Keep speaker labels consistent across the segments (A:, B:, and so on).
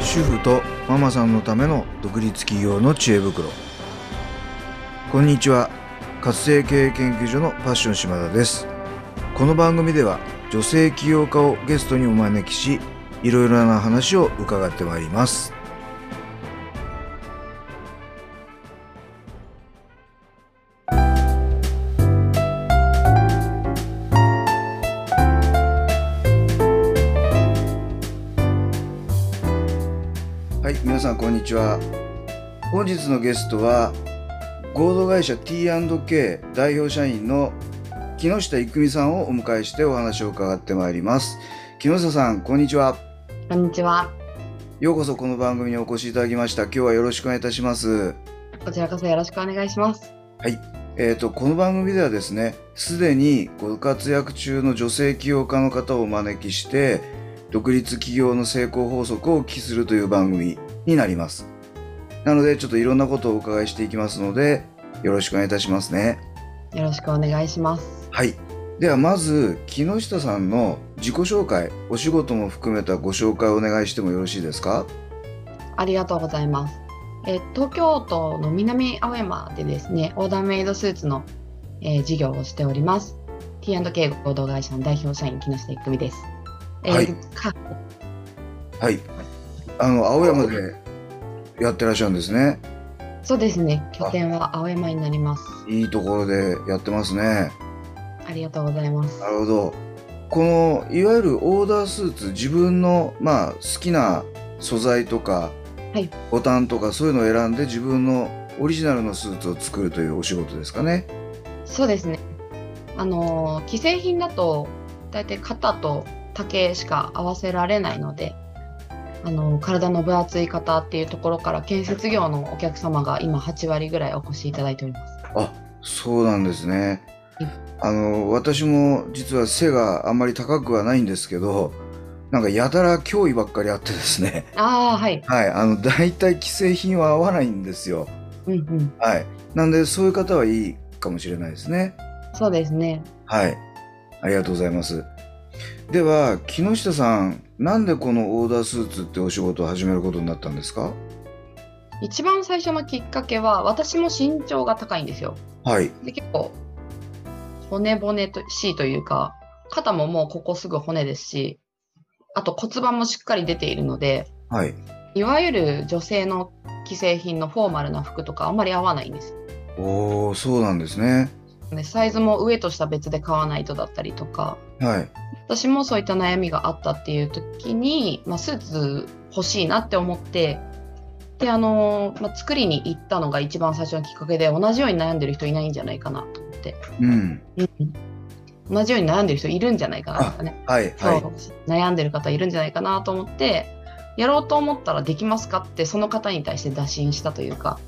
A: 主婦とママさんのための独立企業の知恵袋こんにちは活性経営研究所のパッション島田ですこの番組では女性起業家をゲストにお招きしいろいろな話を伺ってまいりますはい皆さんこんにちは本日のゲストは合同会社 T&K 代表社員の木下育美さんをお迎えしてお話を伺ってまいります木下さんこんにちは
B: こんにちは。
A: ようこそこの番組にお越しいただきました今日はよろしくお願いいたします
B: こちらこそよろしくお願いします。
A: えー、とこの番組ではですねすでにご活躍中の女性起業家の方をお招きして独立起業の成功法則をお聞きするという番組になりますなのでちょっといろんなことをお伺いしていきますのでよろしくお願いいたしますね
B: よろしくお願いします。
A: はいではまず木下さんの自己紹介お仕事も含めたご紹介をお願いしてもよろしいですか
B: ありがとうございます。えー東京都の南青山でですね、オーダーメイドスーツの、えー事業をしております。T&K 合同会社の代表社員木下育美です。えー
A: はい
B: か
A: はいあの青山でやってらっしゃるんですね
B: そうですね。拠点は青山になります。
A: いいところでやってますね
B: ありがとうございます
A: な。るほど。このいわゆるオーダースーツ自分の、まあ、好きな素材とか、
B: はい
A: ボタンとかそういうのを選んで自分のオリジナルのスーツを作るというお仕事ですかね。
B: そうですね。あのー既製品だと大体肩と丈しか合わせられないので、あのー体の分厚い方っていうところから建設業のお客様が今8割ぐらいお越しいただいております。
A: あそうなんですね
B: うん。
A: あの私も実は背があんまり高くはないんですけどなんかやたら脅威ばっかりあってですね
B: ああはい。
A: はいあの大体既製品は合わないんですよ
B: うんうん。
A: はいなんでそういう方はいいかもしれないですね
B: そうですね。
A: はい。ありがとうございます。では、木下さん、なんでこのオーダースーツってお仕事を始めることになったんですか
B: 一番最初のきっかけは私も身長が高いんですよ。
A: はい。
B: で結構骨骨としいというか肩ももうここすぐ骨ですし、あと骨盤もしっかり出ているので。
A: はい。
B: いわゆる女性の既製品のフォーマルな服とかあんまり合わないんです。
A: おー、そうなんですね。
B: でサイズも上と下別で買わないとだったりとか、
A: はい。
B: 私もそういった悩みがあったっていう時に、まあ、スーツ欲しいなって思って、で、あのーまあ、作りに行ったのが一番最初のきっかけで、同じように悩んでる人いないんじゃないかなと思って、
A: うん。
B: 同じように悩んでる人いるんじゃないかなとかね、
A: はい。
B: そう
A: はい。
B: 悩んでる方いるんじゃないかなと思って、やろうと思ったらできますかって、その方に対して打診したというか、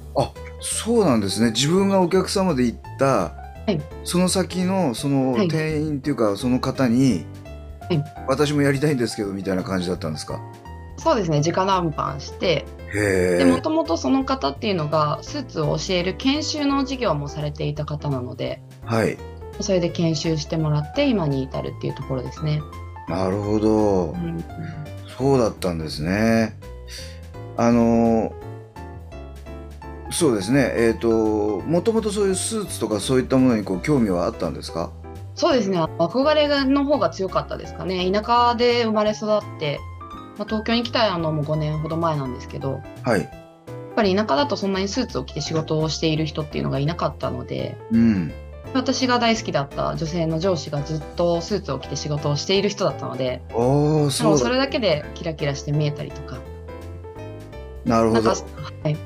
A: そうなんですね。自分がお客様で行った、
B: い
A: その先の、その
B: はい
A: 店員っていうか、その方に、
B: はい
A: 私もやりたいんですけど、みたいな感じだったんですか
B: そうですね直談判して
A: へ
B: で
A: え。
B: もともとその方っていうのがスーツを教える研修の授業もされていた方なので
A: はい。
B: それで研修してもらって今に至るっていうところですね。
A: なるほど。そうだったんですね。あのそうですね。えっ、ともともとそういうスーツとかそういったものにこう興味はあったんですか。
B: そうですね憧れの方が強かったですかね田舎で生まれ育って、まあ、東京に来たのも5年ほど前なんですけどや
A: はい。
B: っぱり田舎だとそんなにスーツを着て仕事をしている人っていうのがいなかったので
A: うん。
B: 私が大好きだった女性の上司がずっとスーツを着て仕事をしている人だったので
A: ああ
B: でも
A: そう
B: そ
A: だ。
B: れだけでキラキラして見えたりとか
A: なるほ
B: なん
A: ど
B: か。、はい、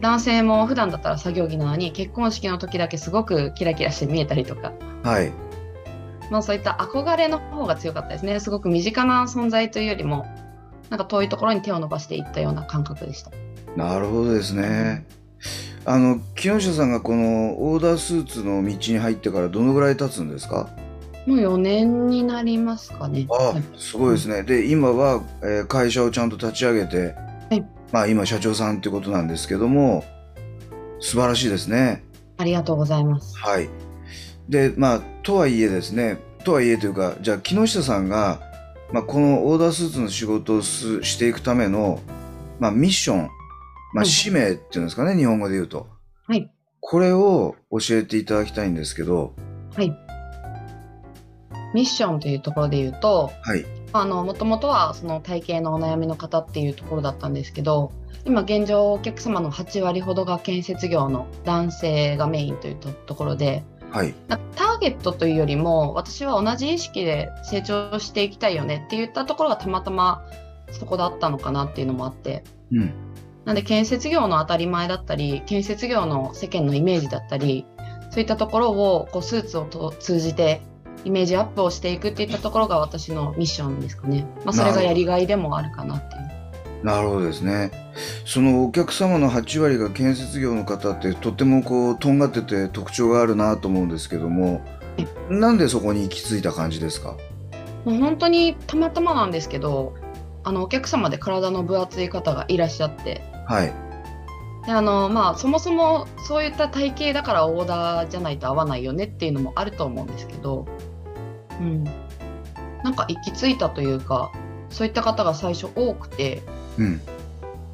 B: 男性も普段だったら作業着なのに結婚式の時だけすごくキラキラして見えたりとか、
A: はい。
B: まあ、そういった憧れの方が強かったですねすごく身近な存在というよりもなんか遠いところに手を伸ばしていったような感覚でした
A: なるほどですね。あの木下さんがこのオーダースーツの道に入ってからどのぐらい経つんですか。
B: もう4年になりますかね
A: あ
B: はい
A: すごいですね。で今は、えー会社をちゃんと立ち上げて、
B: はい
A: まあ今社長さんってことなんですけども素晴らしいですね。
B: ありがとうございます
A: はい。で、まあ、とはいえですね、とはいえというか、じゃあ、木下さんが、まあ、このオーダースーツの仕事をすしていくためのまあ、ミッション、ま
B: う
A: あ、
B: ん
A: 使命っていうんですかね、日本語で言うと。
B: はい。
A: これを教えていただきたいんですけど、
B: ミッションというところで言うと、
A: はい。
B: あの元々はその体型のお悩みの方っていうところだったんですけど今現状お客様の8割ほどが建設業の男性がメインというとところで
A: はい。
B: なんかターゲットというよりも私は同じ意識で成長していきたいよねって言ったところがたまたまそこだったのかなっていうのもあって
A: うん。
B: なんで建設業の当たり前だったり建設業の世間のイメージだったりそういったところをこうスーツをと通じてイメージアップをしていくっていったところが私のミッションですかね、まあ、それがやりがいでもあるかなっていう
A: なるほどですね。そのお客様の8割が建設業の方ってとってもこうとんがってて特徴があるなと思うんですけどもなんでそこに行き着いた感じですか
B: もう本当にたまたまなんですけどあのお客様で体の分厚い方がいらっしゃって
A: はい
B: であの、まあ、そもそもそういった体型だからオーダーじゃないと合わないよねっていうのもあると思うんですけど、うん、なんか行き着いたというかそういった方が最初多くて
A: うん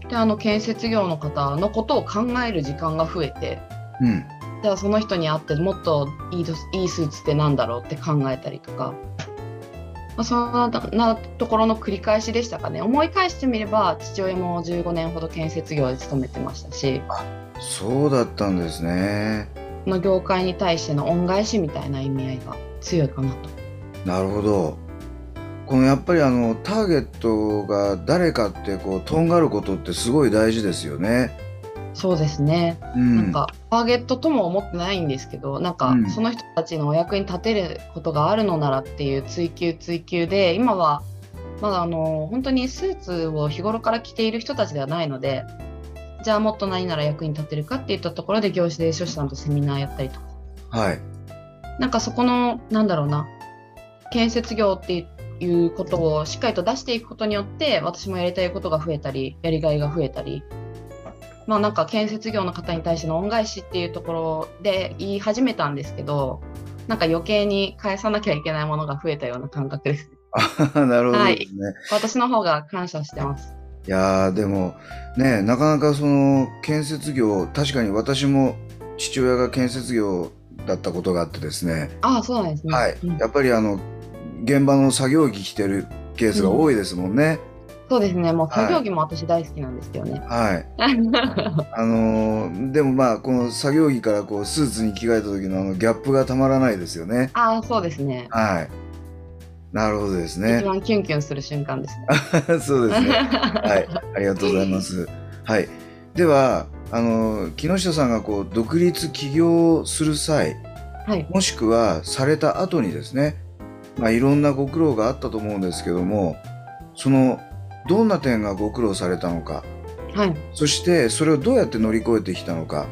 B: であの建設業の方のことを考える時間が増えて
A: うん
B: じゃあその人に会ってもっといいどいいスーツってなんだろうって考えたりとか、まあ、そんななところの繰り返しでしたかね思い返してみれば父親も15年ほど建設業で勤めてましたし。
A: そうだったんですね
B: この業界に対しての恩返しみたいな意味合いが強いかなと。
A: なるほどこのやっぱりあのターゲットが誰かってこうとんがることってすごい大事ですよね
B: そうですね、
A: う
B: なん
A: ん
B: かターゲットとも思ってないんですけどなんか
A: うん
B: その人たちのお役に立てることがあるのならっていう追求追求で今はまだあの本当にスーツを日頃から着ている人たちではないのでじゃあもっと何なら役に立てるかっていったところで業種で書士さんとセミナーやったりとか
A: はい
B: なんかそこのなんだろうな建設業っていうことをしっかりと出していくことによって私もやりたいことが増えたりやりがいが増えたりまあなんか建設業の方に対しての恩返しっていうところで言い始めたんですけどなんか余計に返さなきゃいけないものが増えたような感覚です
A: あなるほどですね、
B: 私の方が感謝してます
A: いやーでもねなかなかその建設業確かに私も父親が建設業だったことがあってですね、
B: ああそうなんですね
A: はい
B: うん
A: やっぱりあの現場の作業着着てるケースが多いですもんね、
B: そうですねもう作業着も私大好きなんですけどね、
A: はいあのーでもまあこの作業着からこうスーツに着替えた時のあのギャップがたまらないですよね
B: ああそうですね
A: はいなるほどです
B: 一
A: ね
B: 番キュンキュンする瞬 間ですね
A: そうですねはい、ありがとうございます。はい、では、あの木下さんがこう独立起業する際、
B: はい
A: もしくはされた後にですね、まあいろんなご苦労があったと思うんですけども、そのどんな点がご苦労されたのか、
B: はい
A: そしてそれをどうやって乗り越えてきたのか、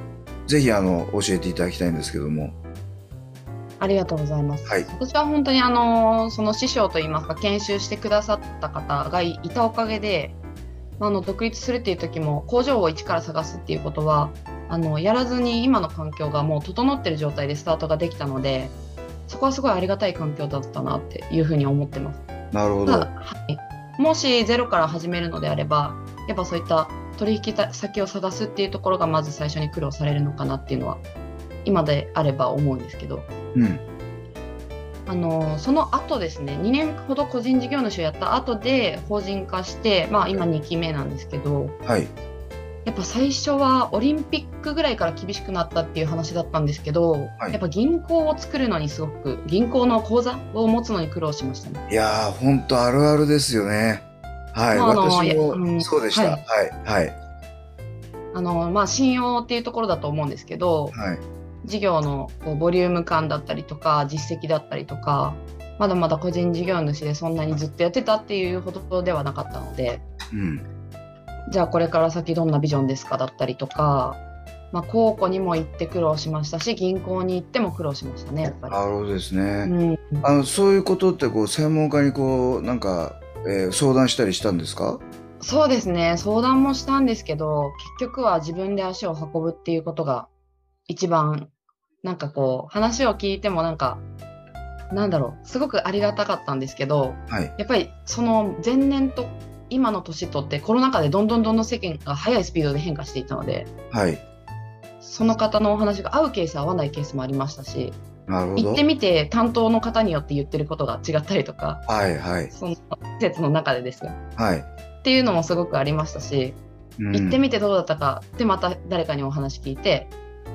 A: ぜひあの教えていただきたいんですけども、
B: ありがとうございます。
A: はい
B: 私は本当にあのその師匠といいますか研修してくださった方がいいたおかげで、まあ、あの独立するっていう時も工場を一から探すっていうことはあのやらずに今の環境がもう整ってる状態でスタートができたのでそこはすごいありがたい環境だったなっていうふうに思ってます。
A: なるほ
B: た
A: ど
B: だ、、はい、もしゼロから始めるのであればやっぱそういった取引先を探すっていうところがまず最初に苦労されるのかなっていうのは今であれば思うんですけど。
A: うん、
B: あのその後ですね2年ほど個人事業主をやった後で法人化して、まあ、今2期目なんですけど
A: はい、
B: やっぱ最初はオリンピックぐらいから厳しくなったっていう話だったんですけど、
A: はい
B: やっぱ銀行を作るのにすごく銀行の口座を持つのに苦労しましたね。
A: いやー本当あるあるですよね。はい、
B: まああの
A: 私
B: う
A: も
B: ん
A: そうでした。
B: はい
A: はい、はい、
B: あのまあ、信用っていうところだと思うんですけど
A: はい。
B: 事業のこうボリューム感だったりとか実績だったりとかまだまだ個人事業主でそんなにずっとやってたっていうほどではなかったので。
A: うん
B: じゃあこれから先どんなビジョンですかだったりとか、まあ、高校にも行って苦労しましたし銀行に行っても苦労しましたねやっぱ
A: なるほどです
B: り。
A: ね。
B: うん、
A: あのそういうことってこう専門家にこうなんか、えー相談したりしたんですか？
B: そうですね相談もしたんですけど結局は自分で足を運ぶっていうことが一番なんかこう話を聞いてもなんかなんだろうすごくありがたかったんですけど
A: はい。
B: やっぱりその前年と今の年とってコロナ禍でどんどんどんどん世間が速いスピードで変化していったので
A: はい。
B: その方のお話が合うケース合わないケースもありましたし
A: なるほ
B: 行
A: ど
B: って。みて担当の方によって言ってることが違ったりとか
A: はいはい。
B: その施設の中でですよ
A: はい。
B: っていうのもすごくありましたし
A: うん
B: 行ってみてどうだったかでまた誰かにお話聞いて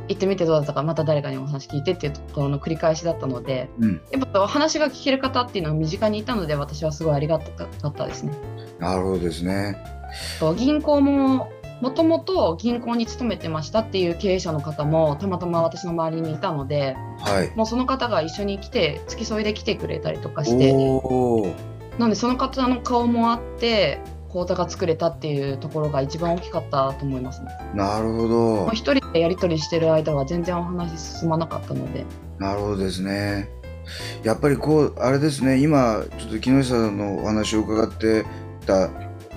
B: 行ってみてどうだったかまた誰かにお話聞いてっていうところの繰り返しだったので
A: うん。
B: やっぱお話が聞ける方っていうのは身近にいたので私はすごいありがたかったですね。
A: なるほどですね。
B: と銀行ももともと銀行に勤めてましたっていう経営者の方もたまたま私の周りにいたので
A: はい。
B: もうその方が一緒に来て付き添いで来てくれたりとかして
A: おお。
B: なのでその方の顔もあって口座が作れたっていうところが一番大きかったと思いますね。
A: なるほど
B: もう。一人でやり取りしてる間は全然お話進まなかったので
A: なるほどですね。やっぱりこうあれですね今ちょっと木下さんのお話を伺ってた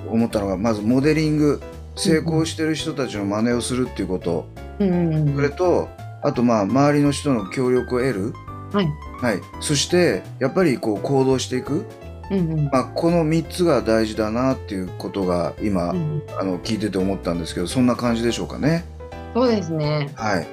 A: 思ったのがまずモデリング成功してる人たちの真似をするっていうこと、
B: うんうん
A: そ
B: うん
A: れとあとまあ周りの人の協力を得る、
B: はい
A: はい、そしてやっぱりこう行動していく、
B: うんうん
A: まあ、この3つが大事だなっていうことが今、
B: うんうん
A: あの聞いてて思ったんですけどそんな感じでしょうかね。
B: そうですね
A: はい、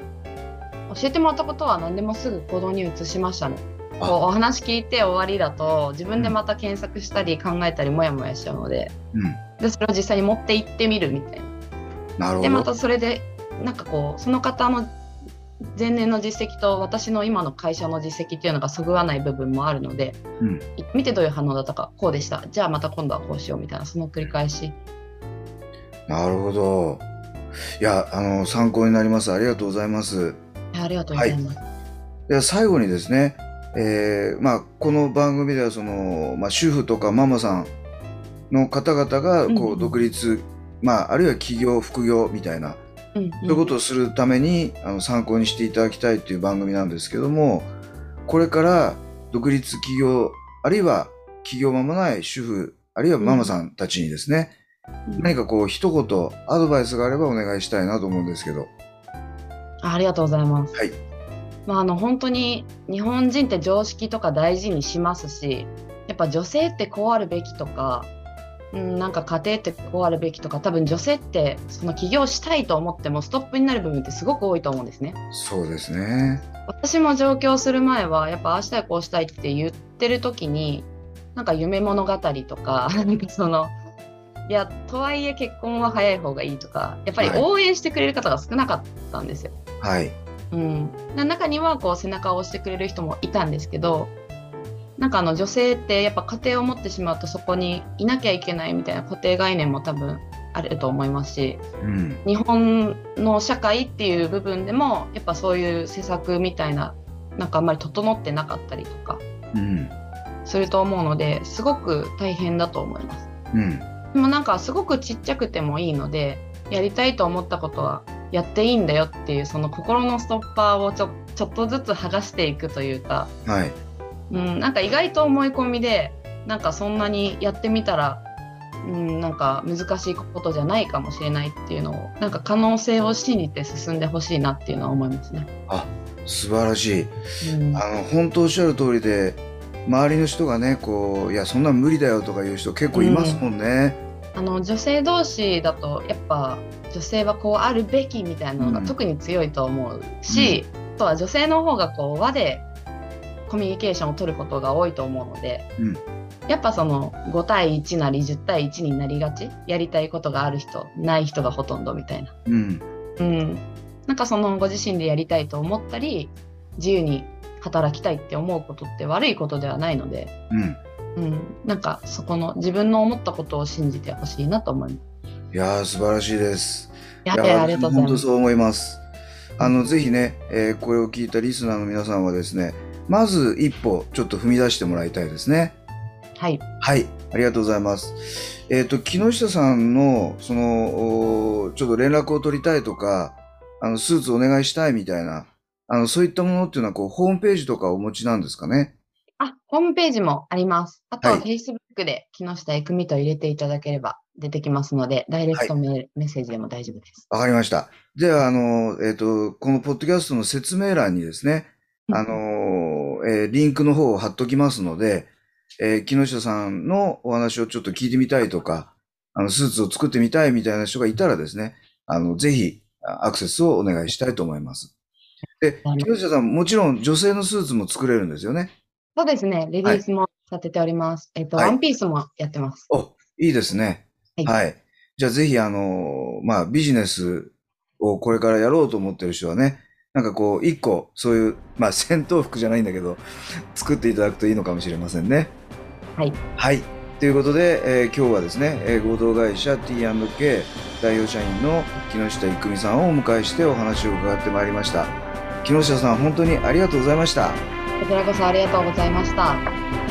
B: 教えてもらったことは何でもすぐ行動に移しましたねこ
A: あ
B: うお話聞いて終わりだと自分でまた検索したり考えたりもやもやしちゃうので
A: うん、
B: でそれを実際に持って行ってみるみたいな
A: なる
B: で
A: ほ
B: ま
A: ど。
B: たそれでなんかこうその方の前年の実績と私の今の会社の実績っていうのがそぐわない部分もあるので
A: うん
B: 見てどういう反応だったかこうでしたじゃあまた今度はこうしようみたいなその繰り返し
A: なるほど。いや、あの、参考になります。ありがとうございます。
B: ありがとうございます、
A: では最後にですね、えーまあ、この番組ではその、まあ、主婦とかママさんの方々が
B: うん
A: こ
B: う
A: うん独立、まあ、あるいは起業副業みたいな、
B: うんうん
A: そういうことをするためにあの参考にしていただきたいという番組なんですけどもこれから独立起業あるいは起業間もない主婦あるいはママさんたちにですね、
B: うん
A: 何かこう一言アドバイスがあればお願いしたいなと思うんですけど。
B: あありがとうございます。
A: はい
B: まあ、あの本当に日本人って常識とか大事にしますしやっぱ女性ってこうあるべきとか、うん、なんか家庭ってこうあるべきとか多分女性ってその起業したいと思ってもストップになる部分ってすごく多いと思うんですね。
A: そうですね。
B: 私も上京する前はやっぱああしたいこうしたいって言ってる時になんか夢物語とか なんかそのいやとはいえ結婚は早い方がいいとかやっぱり
A: はい
B: 応援してくれる方が少なかったんですよ。
A: はい。
B: うん、な中にはこう背中を押してくれる人もいたんですけどなんかあの女性ってやっぱ家庭を持ってしまうとそこにいなきゃいけないみたいな固定概念も多分あると思いますし
A: うん。
B: 日本の社会っていう部分でもやっぱそういう施策みたいななんかあんまり整ってなかったりとか
A: うん。
B: すると思うのですごく大変だと思います。
A: うん。
B: でもなんかすごくちっちゃくてもいいのでやりたいと思ったことはやっていいんだよっていうその心のストッパーをちょちょっとずつ剥がしていくというか、
A: はい。
B: うん、なんか意外と思い込みでなんかそんなにやってみたら、うん、なんか難しいことじゃないかもしれないっていうのをなんか可能性を信じて進んでほしいなっていうのは思いますね。
A: 素晴らしい。
B: うん
A: あの、本当おっしゃる通りで、周りの人がね、こう、いや、そんなん無理だよとかいう人結構いますもんね。
B: あの女性同士だとやっぱ女性はこうあるべきみたいなのが
A: うん
B: 特に強いと思うし、あとは女性の方がこう和でコミュニケーションを取ることが多いと思うので、
A: うん
B: やっぱその5対1なり10対1になりがちやりたいことがある人ない人がほとんどみたいな、
A: うん。
B: うん、なんかそのご自身でやりたいと思ったり自由に働きたいって思うことって悪いことではないので、
A: うん。
B: うん、なんかそこの自分の思ったことを信じてほしいなと思います。
A: いやー、素晴らしいです。
B: いやいやありがとうござい
A: 本当
B: ます。
A: そう思います。あの、ぜひね、えーこれを聞いたリスナーの皆さんはですね、まず一歩ちょっと踏み出してもらいたいですね。
B: はい。
A: はい、ありがとうございます。えっ、と木下さんのそのおーちょっと連絡を取りたいとか、あのスーツお願いしたいみたいな、あのそういったものっていうのはこうホームページとかお持ちなんですかね。
B: あ、ホームページもあります。あと
A: は
B: は
A: い
B: Facebook で木下郁美と入れていただければ出てきますので、ダイレクトメール、メッセージでも大丈夫です。
A: わかりました。ではあのえっ、とこのポッドキャストの説明欄にですね、あのーえーリンクの方を貼っときますので、えー木下さんのお話をちょっと聞いてみたいとか、あの、スーツを作ってみたいみたいな人がいたらですね、あの、ぜひ、あアクセスをお願いしたいと思います。で
B: あの、
A: 清下さん、もちろん女性のスーツも作れるんですよね。
B: そうですね。レディースも立てております。えっと、
A: はい
B: ワンピースもやってます。
A: お、いいですね。
B: はい
A: じゃあぜひ、あの、まあ、ビジネスをこれからやろうと思ってる人はね、なんかこう、一個、そういう、まあ、戦闘服じゃないんだけど、作っていただくといいのかもしれませんね。
B: はい。
A: はい。ということで、えー今日はですね、えー合同会社 T&K 代表社員の木下育美さんをお迎えしてお話を伺ってまいりました。木下さん、本当にありがとうございました。
B: こちらこそありがとうございました。